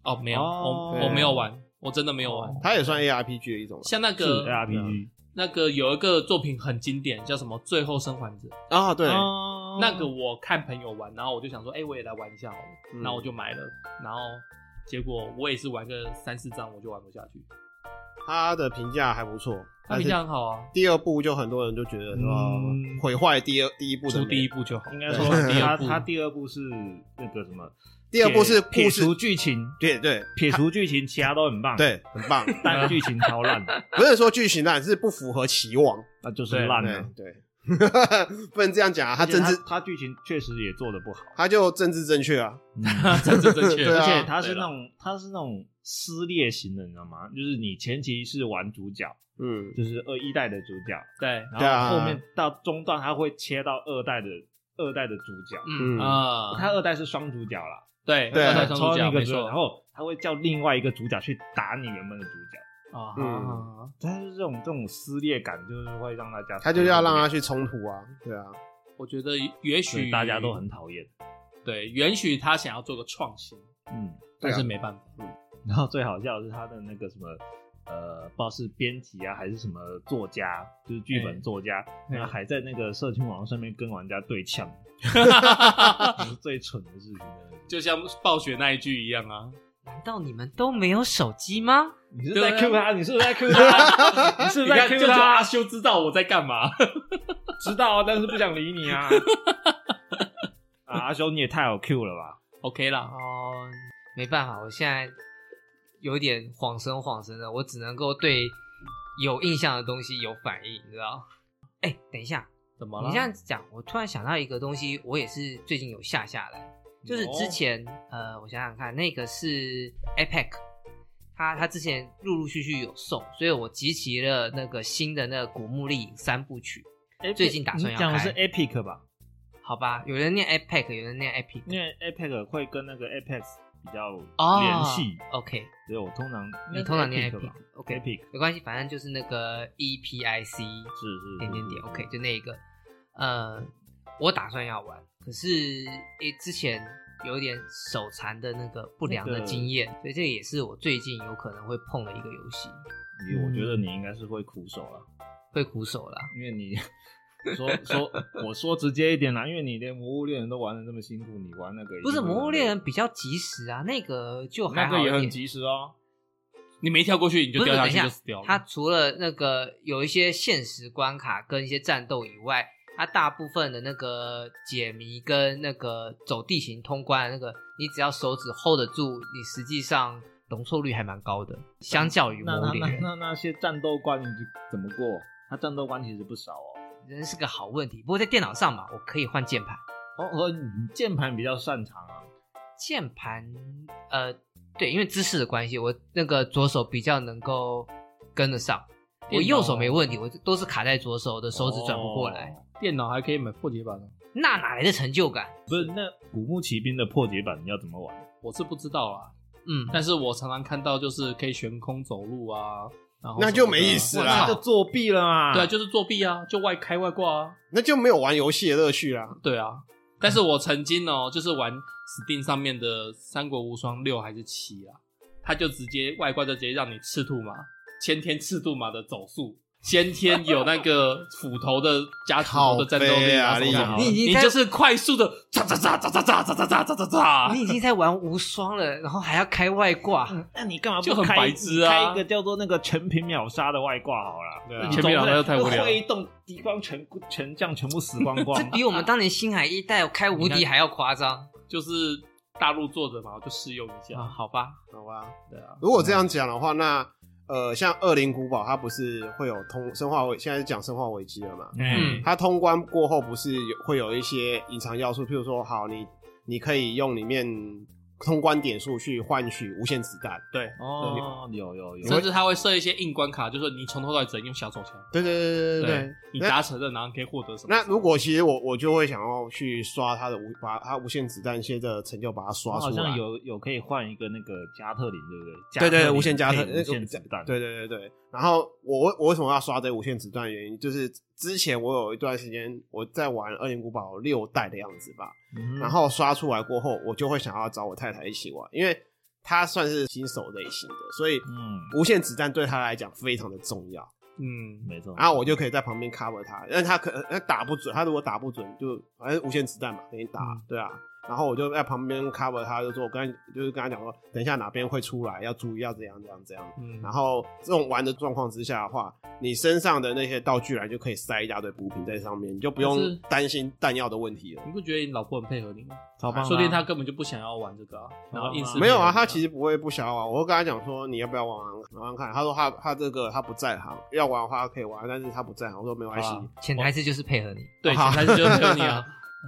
A: 哦，没有，
B: 哦
A: 我我没有玩，我真的没有玩。
B: 哦
C: 它也算 ARPG 的一种啦
A: 像那
B: 是啊
A: 个
B: ARPG，
A: 那个有一个作品很经典，叫什么《最后生还者》。
C: 啊。对，
B: 哦
A: 那个我看朋友玩，然后我就想说，哎、我也来玩一下好了。
C: 嗯
A: 那、我就买了，然后结果我也是玩个三四张，我就玩不下去。
C: 它的评价还不错，
A: 它评价很好啊
C: 但是第二部就很多人就觉得说
B: 嗯
C: 毁坏第二第一部的
A: 出
C: 美
A: 第一，部就好。
B: 应该说
A: 对
B: 他
A: 第二
B: 他
A: 部
B: 第二部是那个什么，
C: 第二部是
B: 撇
C: 故
B: 撇
C: 事
B: 除，啊剧情，
C: 对对
B: 撇除剧情，其他都很棒，，
C: 对，很棒。
B: 但剧情超烂，
C: 不是说剧情烂，是不符合期望。
B: 那就是 烂
C: 对
B: 了。
C: 对， 不能这样讲啊，它
B: 而且
C: 政治
B: 他剧情确实也做的不好，
C: 它就政治正确啊，
A: 政治正确，
C: 对啊
B: 而且他是那
A: 对了
B: 种他是那种撕裂型的，你知道吗？就是你前期是玩主角，
C: 嗯，
B: 就是二一代的主角，
A: 对
C: 对啊
B: 然后后面到中段他会切到二代的二代的主角，
D: 嗯，
C: 嗯
A: 啊，
B: 他二代是双主角啦，
A: 对
C: 对
A: 二代
B: 他
A: 双
B: 啊抽那
A: 主角
B: 个
A: 没
B: 主角，
A: 错
B: 然后他会叫另外一个主角去打你原本的主角。
A: 啊，
C: 嗯
A: 好好好
B: 但是这种这种撕裂感，就是会让大家，
C: 它就是要让它去冲突啊，对啊，
A: 我觉得也
B: 所以
A: 许
B: 大家都很讨厌。
A: 对，也许他想要做个创新，
B: 嗯，
A: 但是没办法，
B: 然后最好笑的是他的那个什么，呃，不知道是编辑啊还是什么作家，就是剧本作家，
A: 嗯
B: 然后还在那个社群网络上面跟玩家对 呛，这是最蠢的事情真的。
A: 就像暴雪那一句一样啊。
D: 难道你们都没有手机吗？
B: 你是
A: 对
B: 在
A: 啊
B: Q 他，你是不是在 Q 他，你是不是
A: 你
B: 在
A: 看，
B: Q
A: 就叫阿
B: 他，
A: 修知道我在干嘛，
B: 知道啊，但是不想理你啊。啊，阿修你也太好 Q 了吧？
A: OK 啦，
D: 哦，没办法，我现在有点恍神恍神的，我只能够对有印象的东西有反应，你知道？哎，等一下，
A: 怎么了？
D: 你这样讲，我突然想到一个东西，我也是最近有下下来，就是之前、呃，我想想看，那个是 APEC，它它之前陆陆续续有送，所以我集齐了那个新的那个古墓丽影三部曲，最近打算
B: 你
D: 要
B: 讲的是
D: 开
B: Epic 吧？
D: 好吧？有人念 APEC，有人念 APEC，
B: 因为 Epic 会跟那个 Apex 比较
D: 哦，
B: 联系，
D: OK，
B: 所以我通常
D: 你通常念
B: Epic 吧
D: OK
B: Epic
D: 没关系，反正就是那个 E EPIC
B: 是是
D: 点
B: 是
D: 点点，OK，就那一个。呃，我打算要玩，可是诶之前有一点手残的那个不良的经验，所以这个也是我最近有可能会碰的一个游戏，
B: 你我觉得
D: 嗯
B: 你应该是会苦手了，
D: 会苦手啦。
B: 因为你说说我说直接一点啦，因为你连魔物猎人都玩的这么辛苦，你玩那个一定
D: 不是
B: 会
D: 魔物
B: 很
D: 猎
B: 累
D: 人比较及时啊，那个就还
B: 那
D: 好
B: 个
D: 一
B: 也
D: 点。
B: 很及时哦，
A: 你没跳过去你就
D: 不是
A: 掉下
D: 等一
A: 去
D: 下
A: 就死掉了。
D: 它除了那个有一些现实关卡跟一些战斗以外，它大部分的那个解谜跟那个走地形通关的那个，你只要手指 hold 得住，你实际上容错率还蛮高的，相较于
B: 那
D: 魔
B: 那
D: 物猎
B: 那
D: 人，
B: 那那些战斗关你就怎么过？他战斗关其实不少哦。
D: 人是个好问题。不过在电脑上嘛，我可以换键盘，
B: 哦，和你键盘比较擅长啊。
D: 键盘呃，对，因为姿势的关系，我那个左手比较能够跟得上。我右手没问题，我都是卡在左手的，手指转不过来，
B: 哦
A: 电脑还可以买破解版哦，
D: 那哪来的成就感？
B: 不是，那古墓奇兵的破解版你要怎么玩？
A: 我是不知道啦，
D: 嗯，
A: 但是我常常看到就是可以悬空走路啊，然后
C: 那
A: 什么
C: 就
A: 的啊
C: 没意思
A: 哇
C: 啦
A: 那
B: 就
A: 就
B: 作弊了嘛。
A: 对啊，就是作弊啊，就外开外挂啊，
C: 那就没有玩游戏的乐趣啦。
A: 对啊。但是我曾经哦、就是玩 Steam 上面的《三国无双六》还是七啊，它就直接外挂就直接让你赤兔马，先天赤兔马的走速，先天有那个斧头的加斧头的战斗力
C: 靠
A: 什
C: 背啊
A: 么的
D: 你已经
A: 你
D: 开
A: 就是快速的喳喳喳喳喳喳喳喳喳喳
C: 啊
A: 喳，
D: 你已经在玩无双了，然后还要开外挂，
B: 嗯，那你干嘛不
A: 就很
B: 开
A: 白痴啊
B: 开一个叫做那个全屏秒杀的外挂好了。
A: 对啊
B: 你
A: 全屏秒
B: 总
A: 杀
B: 不能
A: 太无聊了
B: 挥动敌方全全将全部死光光
D: 这。比我们当年星海一代开无敌还要夸张
A: 就是大陆作者嘛，我就试用一下。
D: 啊！好吧，
C: 好吧，
A: 对啊，
C: 如果这样讲的话，那呃，像《恶灵古堡》它不是会有通生化危，现在是讲生化危机了嘛？
D: 嗯
C: 它通关过后不是有会有一些隐藏要素，譬如说，好，你你可以用里面通关点数去换取无限子弹。
A: 对，
B: 哦，有有有，
A: 甚至他会设一些硬关卡，就是你从头到尾只能用小手枪。
C: 对对对对对对。
A: 你达成了，然后你可以获得什么？
C: 那如果其实我我就会想要去刷它的无把它无限子弹一些的成就把它
B: 我
C: 刷出
B: 好
C: 来。
B: 像有有可以换一个那个加特林，对不对？
C: 啊对对
B: 加特
C: 对，
B: 林
C: 无限加特
B: 配
C: 那
B: 无
C: 个
B: 限子弹，
C: 对对对对。然后我为我为什么要刷这无限子弹？的原因就是之前我有一段时间我在玩《二零古堡》六代的样子吧，
B: 嗯。
C: 然后刷出来过后，我就会想要找我太太一起玩，因为她算是新手类型的，所以
B: 嗯，
C: 无限子弹对她来讲非常的重要。
A: 嗯，
B: 没错。
C: 然后我就可以在旁边 cover 他，但他可他打不准，他如果打不准就反正无限子弹嘛，给你打，
A: 嗯
C: 对啊。然后我就在旁边 cover 他，就说我跟他就是跟他讲说，等一下哪边会出来，要注意，要怎样怎样怎样。
A: 嗯
C: 然后这种玩的状况之下的话，你身上的那些道具栏就可以塞一大堆补品在上面，你就不
A: 可
C: 用
A: 是
C: 担心弹药的问题了。
A: 你不觉得你老婆很配合你吗？
B: 超棒的啊，
A: 说不定他根本就不想要玩这个啊，然后硬
B: 是
A: 是
C: 没有
A: 配合
C: 啊，
A: 你
C: 他其实不会不想要玩。啊我跟他讲说，你要不要玩玩玩玩看？他说他他这个他不在行，要玩的话可以玩，但是他不在行。我说没关系
A: 好，啊
D: 潜台词就是配合你。
A: 对，
C: 好
A: 还是就是配合你 啊。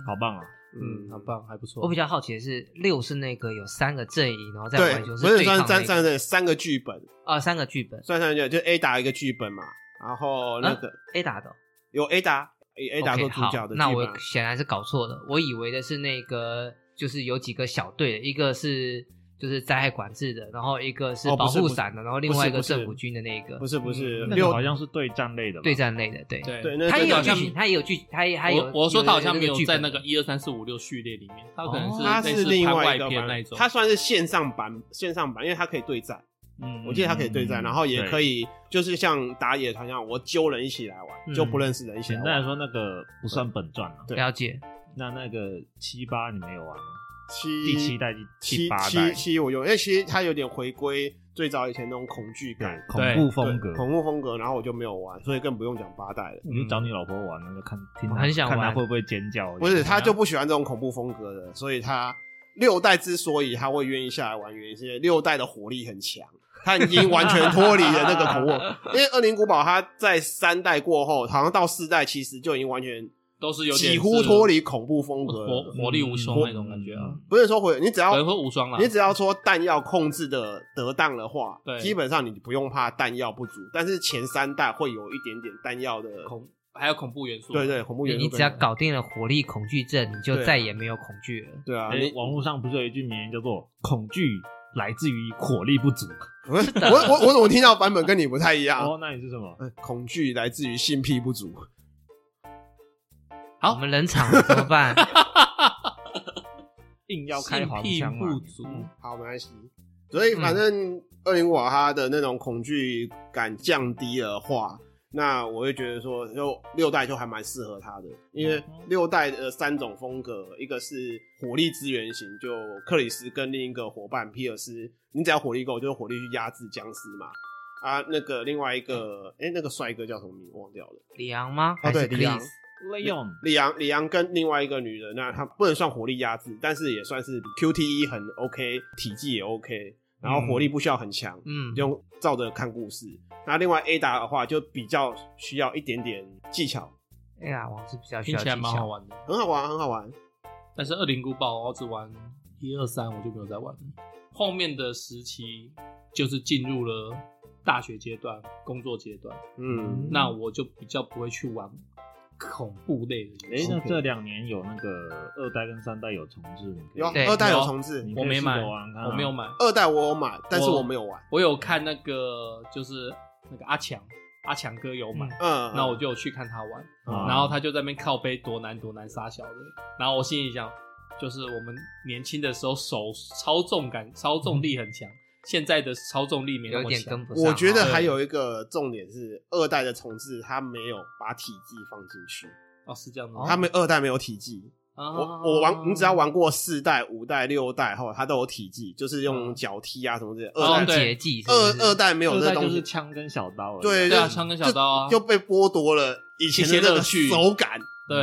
B: 好棒啊！
A: 嗯，很棒，还不错。
D: 我比较好奇的是，六是那个有三个阵营，然后再
C: 对
D: 玩，就
C: 不是
D: 对
C: 算
D: 抗那
C: 三
D: 个
C: 三三三个剧本，
D: 啊三个剧本
C: 算上去就 A 打一个剧本嘛，然后那个、
D: A 打的哦。
C: 有 A 打以 A 打
D: OK，
C: 做主角
D: 好
C: 的剧
D: 那
C: 本
D: 我
C: 啊，
D: 显然是搞错了，我以为的是那个就是有几个小队的，一个是就是灾害管制的，然后一个是
C: 哦
D: 保
C: 不是
D: 护
C: 不是
D: 伞的，然后另外一个
C: 不是不是
D: 政府军的那个
C: 不是不是
A: 嗯
B: 那
C: 六
B: 个好像是对战类的吧，
D: 对战类的，对。
A: 对
C: 对那
D: 他也
A: 这个
D: 有
A: 好
D: 剧
A: 像
D: 情，他也有剧，他也还有。
A: 我我说他好像没有
D: 剧
A: 在
D: 本
A: 那个一二三四五六序列里面，他可能
D: 哦
C: 它
A: 类
C: 是
A: 似
C: 另
A: 番
C: 外
A: 外
C: 一个
A: 篇
C: 版
A: 那一种。
C: 它算是线上版线上版，因为它可以对战，
B: 嗯，嗯
C: 我记得它可以对战，
B: 嗯
C: 然后也
B: 对
C: 可以就是像打野团一样，我揪人一起来玩，
D: 嗯
C: 揪不认识的人一起来
B: 简单来
C: 玩。
B: 说，那个不算本传啊。
C: 对
D: 了解，
B: 那那个七八你没有玩吗？
C: 七
B: 第七代、第
C: 七
B: 八代
C: 七，七我用，因为其实它有点回归最早以前那种恐惧
B: 对
C: 感。
B: 恐怖风格
C: 对，
A: 嗯
C: 恐怖风格，然后我就没有玩，所以更不用讲八代了。
B: 你就找你老婆玩，那就看听她
D: 我很想玩
B: 看她会不会尖叫。
C: 不是，他就不喜欢这种恐怖风格的，所以他六代之所以他会愿意下来玩，原因是因为六代的火力很强，他已经完全脱离了那个恐怖。 因为恶灵古堡他在三代过后，好像到四代其实就已经完全
A: 都是有点
C: 几乎
A: 是
C: 脱离恐怖风格
A: 活
C: 了，
A: 活力无
B: 嗯
A: 双那种感觉啊，
C: 不是说回你只
A: 可
C: 要
A: 能会无双啊啦。
C: 你只要说弹药控制的得当的话，
A: 对
C: 基本上你不用怕弹药不足，但是前三代会有一点点弹药的
A: 恐还有恐怖元素，啊
C: 对 对，恐怖元素
D: 你
C: 更
D: 只要
C: 强
D: 搞定了火力恐惧症，你就
C: 对啊
D: 再也没有恐惧了。
C: 对啊，
B: 哎
C: 你
B: 网络上不是有一句名言叫做“恐惧来自于火力不足
C: 我我我我怎么听到版本跟你不太一”？样？
B: 哦，那你是什么？
C: 呃恐惧来自于性癖不足，
A: 好
D: 我们冷场了怎么办？
B: 硬要开
C: 啊
B: 黄
A: 性
B: 腔
A: 癖
B: 嘛
A: 不？足，
C: 好，没关系。所以反正二零五它的那种恐惧感降低的话，那我会觉得说，就六代就还蛮适合它的，因为六代的三种风格，一个是火力支援型，就克里斯跟另一个伙伴皮尔斯，你只要火力够，就是火力去压制僵尸嘛。啊，那个另外一个，哎、那个帅哥叫什么名忘掉了。
D: 里昂吗？
C: 哦，
D: 还
C: 对，
D: 是
C: 李阳
D: Chris？，
B: 利用
C: 李阳，李阳跟另外一个女人，那她不能算火力压制，但是也算是比 QTE 很 OK，体积也 OK，然后火力不需要很强，
D: 嗯，
C: 用照着看故事。那另外 A 达的话，就比较需要一点点技巧，
D: 哎呀，王是比较需
A: 听
D: 要
A: 起来
D: 技
A: 蛮好
D: 巧。
A: 玩的。
C: 很好玩，很好玩。
A: 但是《恶灵古堡》我只玩一二三，我就没有再玩了。后面的时期就是进入了大学阶段、工作阶段，
C: 嗯，
A: 那我就比较不会去玩恐怖类的游
B: 哎，
A: 戏。
B: 那这两年有那个二代跟三代有重置，你可以
C: 有啊
D: 对
C: 二代有重置
B: 你，
A: 我没买
B: 可以试着玩看啊
A: 我没有买，
C: 二代我有买，但是我没有玩。
A: 我有看那个就是那个阿强，阿强哥有买，
C: 嗯，
A: 那我就有去看他玩，
B: 啊
A: 然后他就在那边靠背多难多难杀小的，然后我心里想，就是我们年轻的时候手操纵感、操纵力很强，现在的操纵力没那
D: 有
A: 么
D: 点跟
A: 强。
D: 不上。
C: 我觉得
D: 哈
C: 还有一个重点是，二代的重置它没有把体积放进去，
A: 哦，是这样的
D: 哦
A: 吗，啊
C: 他们二代没有体积，
A: 哦
C: 我我玩，你只要玩过四代、五代、六代后，它都有体技，就是用脚踢啊什么之类的。
A: 哦
C: 二
D: 终
C: 代
A: 对
D: 结技是不是，
C: 二二代没有
B: 二
C: 这
B: 代
C: 东
B: 就是
C: 西，
B: 枪跟小刀而已啊，
C: 对
A: 对啊
C: 就
A: 枪跟小刀啊
C: 就就被剥夺了以前的那
A: 一些乐
C: 个
A: 趣
C: 手感。
A: 对，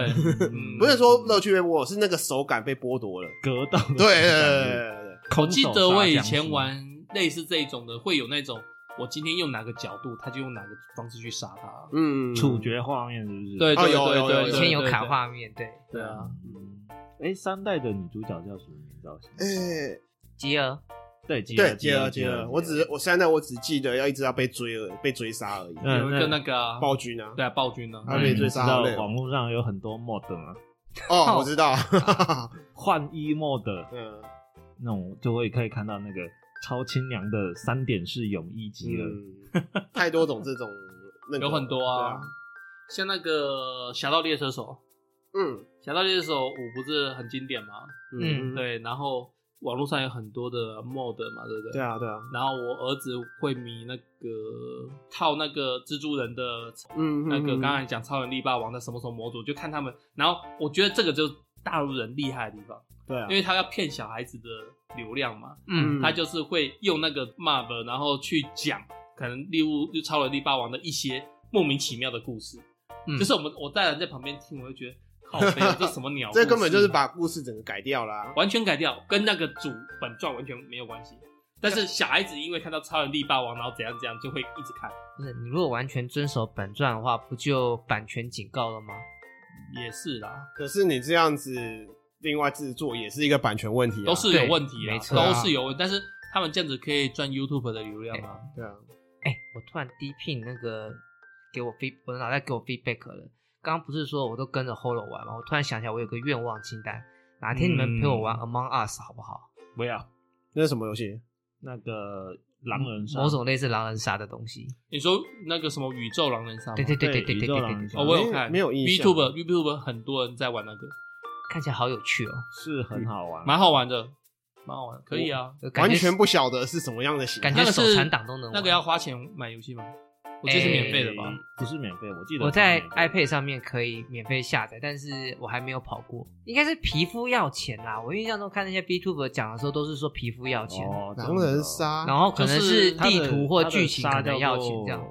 A: 嗯
C: 不是说乐趣被剥夺，是那个手感被剥夺了。
B: 格斗的
C: 对
B: 感
C: 对对嗯
B: 觉，
C: 对对
A: 我记得我以前玩类似这一种的，会有那种我今天用哪个角度，他就用哪个方式去杀他。啊
C: 嗯，
B: 处决画面是不是？
A: 对
C: 哦
A: 对
C: 有
A: 对
C: 有
A: 对，
C: 有
D: 嗯以
A: 对
D: 前有卡。
A: 对对
D: 画面，对，
A: 对啊，
B: 嗯，哎，三代的女主角叫什么名字啊？
C: 哎，
D: 吉尔
B: 对，吉
C: 对，
B: 尔，
C: 接
B: 吉嗯
C: 了
B: 尔，
C: 接
B: 尔
C: 了，，我只我现在我只记得要一直要被追了，被追杀而已。
B: 嗯
A: 有一个那个啊
C: 暴君啊，
A: 对啊，暴君呢？
C: 他
B: 那
C: 被
B: 你
C: 追
B: 知
C: 杀好
B: 道
C: 累哦
B: 网络上有很多 mod 吗？
C: 哦，我知道，
B: 换衣 mod
C: 嗯，
B: 那种就会可以看到那个超清凉的三点式泳衣吉尔，
C: 嗯太多种这种那个
A: 有很多
C: 对
A: 啊
C: 啊，
A: 像那个《侠盗猎车手》，
C: 嗯
A: 《侠盗猎车手五》不是很经典吗？
D: 嗯
A: 对，然后网络上有很多的 mod 嘛，对不对？
C: 对。啊对啊，
A: 然后我儿子会迷那个套那个蜘蛛人的
C: 嗯，
A: 那个
C: 嗯
A: 刚才讲超人力霸王的什么什么模组，就看他们。然后我觉得这个就是大陆人厉害的地方，
C: 对啊
A: 因，为他要骗小孩子的流量嘛，
D: 嗯，
A: 他就是会用那个 mob，然后去讲可能例如就超人力霸王的一些莫名其妙的故事。
D: 嗯
A: 就是我们我大人在旁边听，我就觉得靠北 啊，这什么鸟故事？
C: 这根本就是把故事整个改掉啦。
A: 完全改掉，跟那个主本传完全没有关系。但是小孩子因为看到超人力霸王，然后怎样怎样，就会一直看。
D: 不是你如果完全遵守本传的话，不就版权警告了吗？
A: 也是啦，
C: 可是你这样子另外制作也是一个版权问题、啊，
A: 都是有问题
D: 对
A: 啊，
D: 没错啊
A: 都是有问题。但是他们这样子可以赚 YouTube 的流量啊。
C: 对啊，
D: 哎、我突然低聘那个给我 feed，我的脑袋给我 feedback 了。刚刚不是说我都跟着 Holo 玩吗？我突然想起来，我有个愿望清单，哪天你们陪我玩
B: 嗯
D: Among Us 好不好？
B: 不要
C: 那是什么游戏？
B: 那个狼人杀
A: 啊
D: 某，种类似狼人杀的东西。
A: 你说那个什么宇宙狼人杀吗？
D: 对对对对对
B: 宇
D: 对
B: 宙
D: 对
B: 狼
D: 对
B: 人杀
A: 哦，我有看，
C: 没有印象
A: YouTube YouTube 很多人在玩那个，
D: 看起来好有趣哦，
B: 是很好玩，
A: 蛮好玩的，蛮好玩的，可以啊。
D: 就感
C: 完
D: 觉
C: 全不晓得是什么样的型，
D: 感
A: 那
D: 觉
A: 个
D: 手
A: 是
D: 残党都能玩。
A: 那个要花钱买游戏吗？我记得是免费的吧？
B: 哎不是免费，我记得
D: 我在
B: 是免费
D: iPad 上面可以免费下载，但是我还没有跑过，应该是皮肤要钱啦。我印象中看那些 B Tuber 讲的时候，都是说皮肤要钱，
B: 哦，
C: 狼人杀，
D: 然后可能是
A: 就是它
B: 这样子
D: 地
B: 哦，
D: 图或剧情可能要钱这样。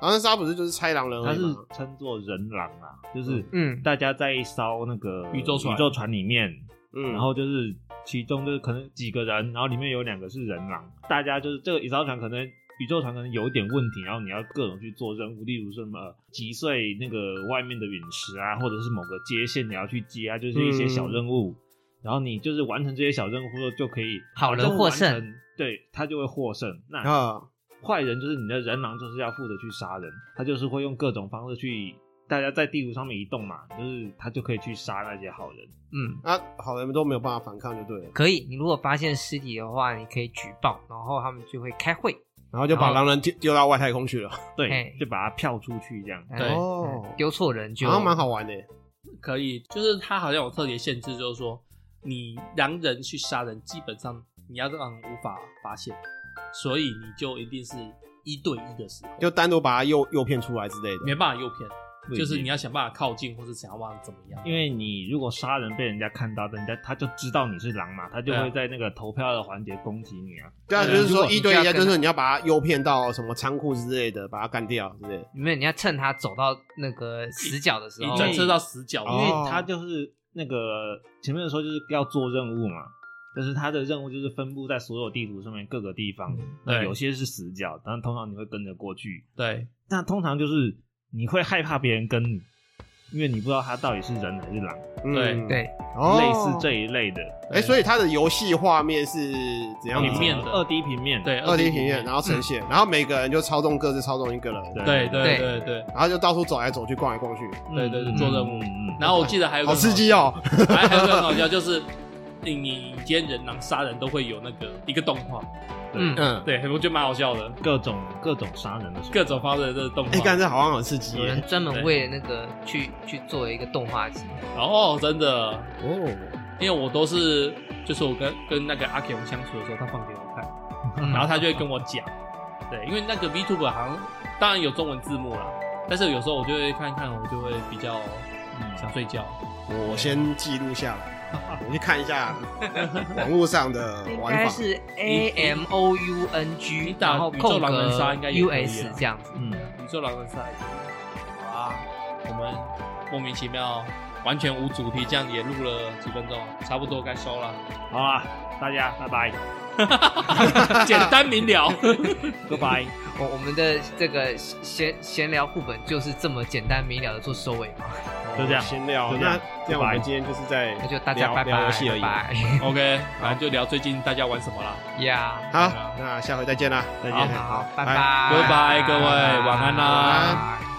C: 狼人杀不是就是猜狼人
B: 它
C: 而已
B: 的它
C: 吗？
B: 是称作人狼啊，就是
D: 嗯，
B: 大家在一艘那个
A: 宇宙船
B: 宇宙船里面，
C: 嗯，
B: 然后就是其中就是可能几个人，然后里面有两个是人狼，大家就是这个宇宙船可能宇宙船可能有一点问题，然后你要各种去做任务，例如什么呃击碎那个外面的陨石啊，或者是某个接线你要去接啊，就是一些小任务。然后你就是完成这些小任务后就可以
D: 好人
B: 任务
D: 获
B: 完成
D: 胜，
B: 对他就会获胜。那
C: 啊，
B: 坏人就是你的人狼，就是要负责去杀人，他就是会用各种方式去大家在地图上面移动嘛，就是他就可以去杀那些好人。
A: 嗯，
C: 啊，好人们都没有办法反抗就对了，
D: 可以，你如果发现尸体的话，你可以举报，然后他们就会开会。
C: 然后就把
D: 然后
C: 狼人丢丢到外太空去了，
B: 对
D: 嘿，
B: 就把它票出去这样。
D: 嗯
A: 对
C: 哦
D: 丢错人就
C: 好像蛮好玩的。
A: 可以，就是它好像有特别限制，就是说你狼人去杀人，基本上你要让人无法发现，所以你就一定是一对一的时候，
C: 就单独把他诱诱骗出来之类的。
A: 没办法诱骗，
B: 不一定
A: 就是你要想办法靠近，或是想要办法怎么样。
B: 因为你如果杀人被人家看到，人家他就知道你是狼嘛，他就
A: 对啊
B: 会在那个投票的环节攻击你啊。
C: 对啊，就
A: 对
C: 是说
D: 如果
C: 一对一啊，
D: 你这样
C: 就是你要把他诱骗到什么仓库之类的，把他干掉之类的。
D: 没有，你要趁他走到那个死角的时
A: 你
D: 候，
A: 转车到死角，
B: 因为
C: 哦
B: 他就是那个前面的时候就是要做任务嘛，就是他的任务就是分布在所有地图上面各个地方，那
A: 对
B: 有些是死角，但通常你会跟着过去。
A: 对
B: 那通常就是你会害怕别人跟你，因为你不知道他到底是人还是狼，
C: 嗯
A: 对
D: 对，
C: 哦
B: 类似这。一类的。
C: 哎，所以它的游戏画面是怎样
A: 平面
C: 的？
A: 的
B: 二 D 平面，
A: 对，
C: 二 D 平面，然后呈现，然后每个人就操纵各自操纵一个人，
A: 对对
D: 对
A: 对对
C: 然后就到处走来走去，逛来逛去，
A: 对对对，
B: 嗯
A: 做任务
B: 嗯嗯嗯。
A: 然后我记得还有一个
C: 好刺激哦！
A: 很好笑，还还有一个很好笑就是。你你今天人狼杀人都会有那个一个动画，
D: 嗯，
C: 嗯，
A: 对，我觉得蛮好笑的，
B: 各种各种杀人的手
A: 各种发生的这个动画
C: 哎，，干这好像很刺激
D: 有
C: 耶
D: 人专门为了那个去去做一个动画集，
A: 哦，真的，
C: 哦，
A: 因为我都是就是我跟跟那个阿 K 我们相处的时候，他放给我看，
D: 嗯
A: 然后他就会跟我讲，对，因为那个 VTuber 好像当然有中文字幕啦，但是有时候我就会看一看，我就会比较
B: 嗯
A: 想睡觉。
C: 我先记录下来，我去看一下网络上的
D: 应
C: 玩
D: 该
C: 法。
D: 是 A M O U N
A: 你
D: G，
A: 打
D: 然后空
A: 宇宙狼人杀应
D: 格
A: 该也
D: U
A: 可以啊
D: S 这样子。
B: 嗯，
A: 宇宙狼人杀已经好啊，我们莫名其妙完全无主题，这样也录了几分钟，差不多该收了，
B: 好啦，大家拜 拜
A: 简单明了。
B: ，Goodbye。
D: 哦我我们的这个闲闲聊副本就是这么简单明了的做收尾嘛，
B: 就这样
C: 先聊。
B: 就这
C: 那
B: 样
C: 这样我
B: 拜拜
C: 们今天就是在
D: 那就大家
C: 聊
D: 拜
C: 聊
D: 拜
C: 游戏而
D: 拜
C: 已。
D: 拜
A: OK，反正就聊最近大家玩什么啦。
D: 呀，
C: 好，那下回再见啦，
B: 再见
A: 好
D: 好，拜
C: 拜
D: 拜，
A: 拜拜各位晚安啦
D: 晚安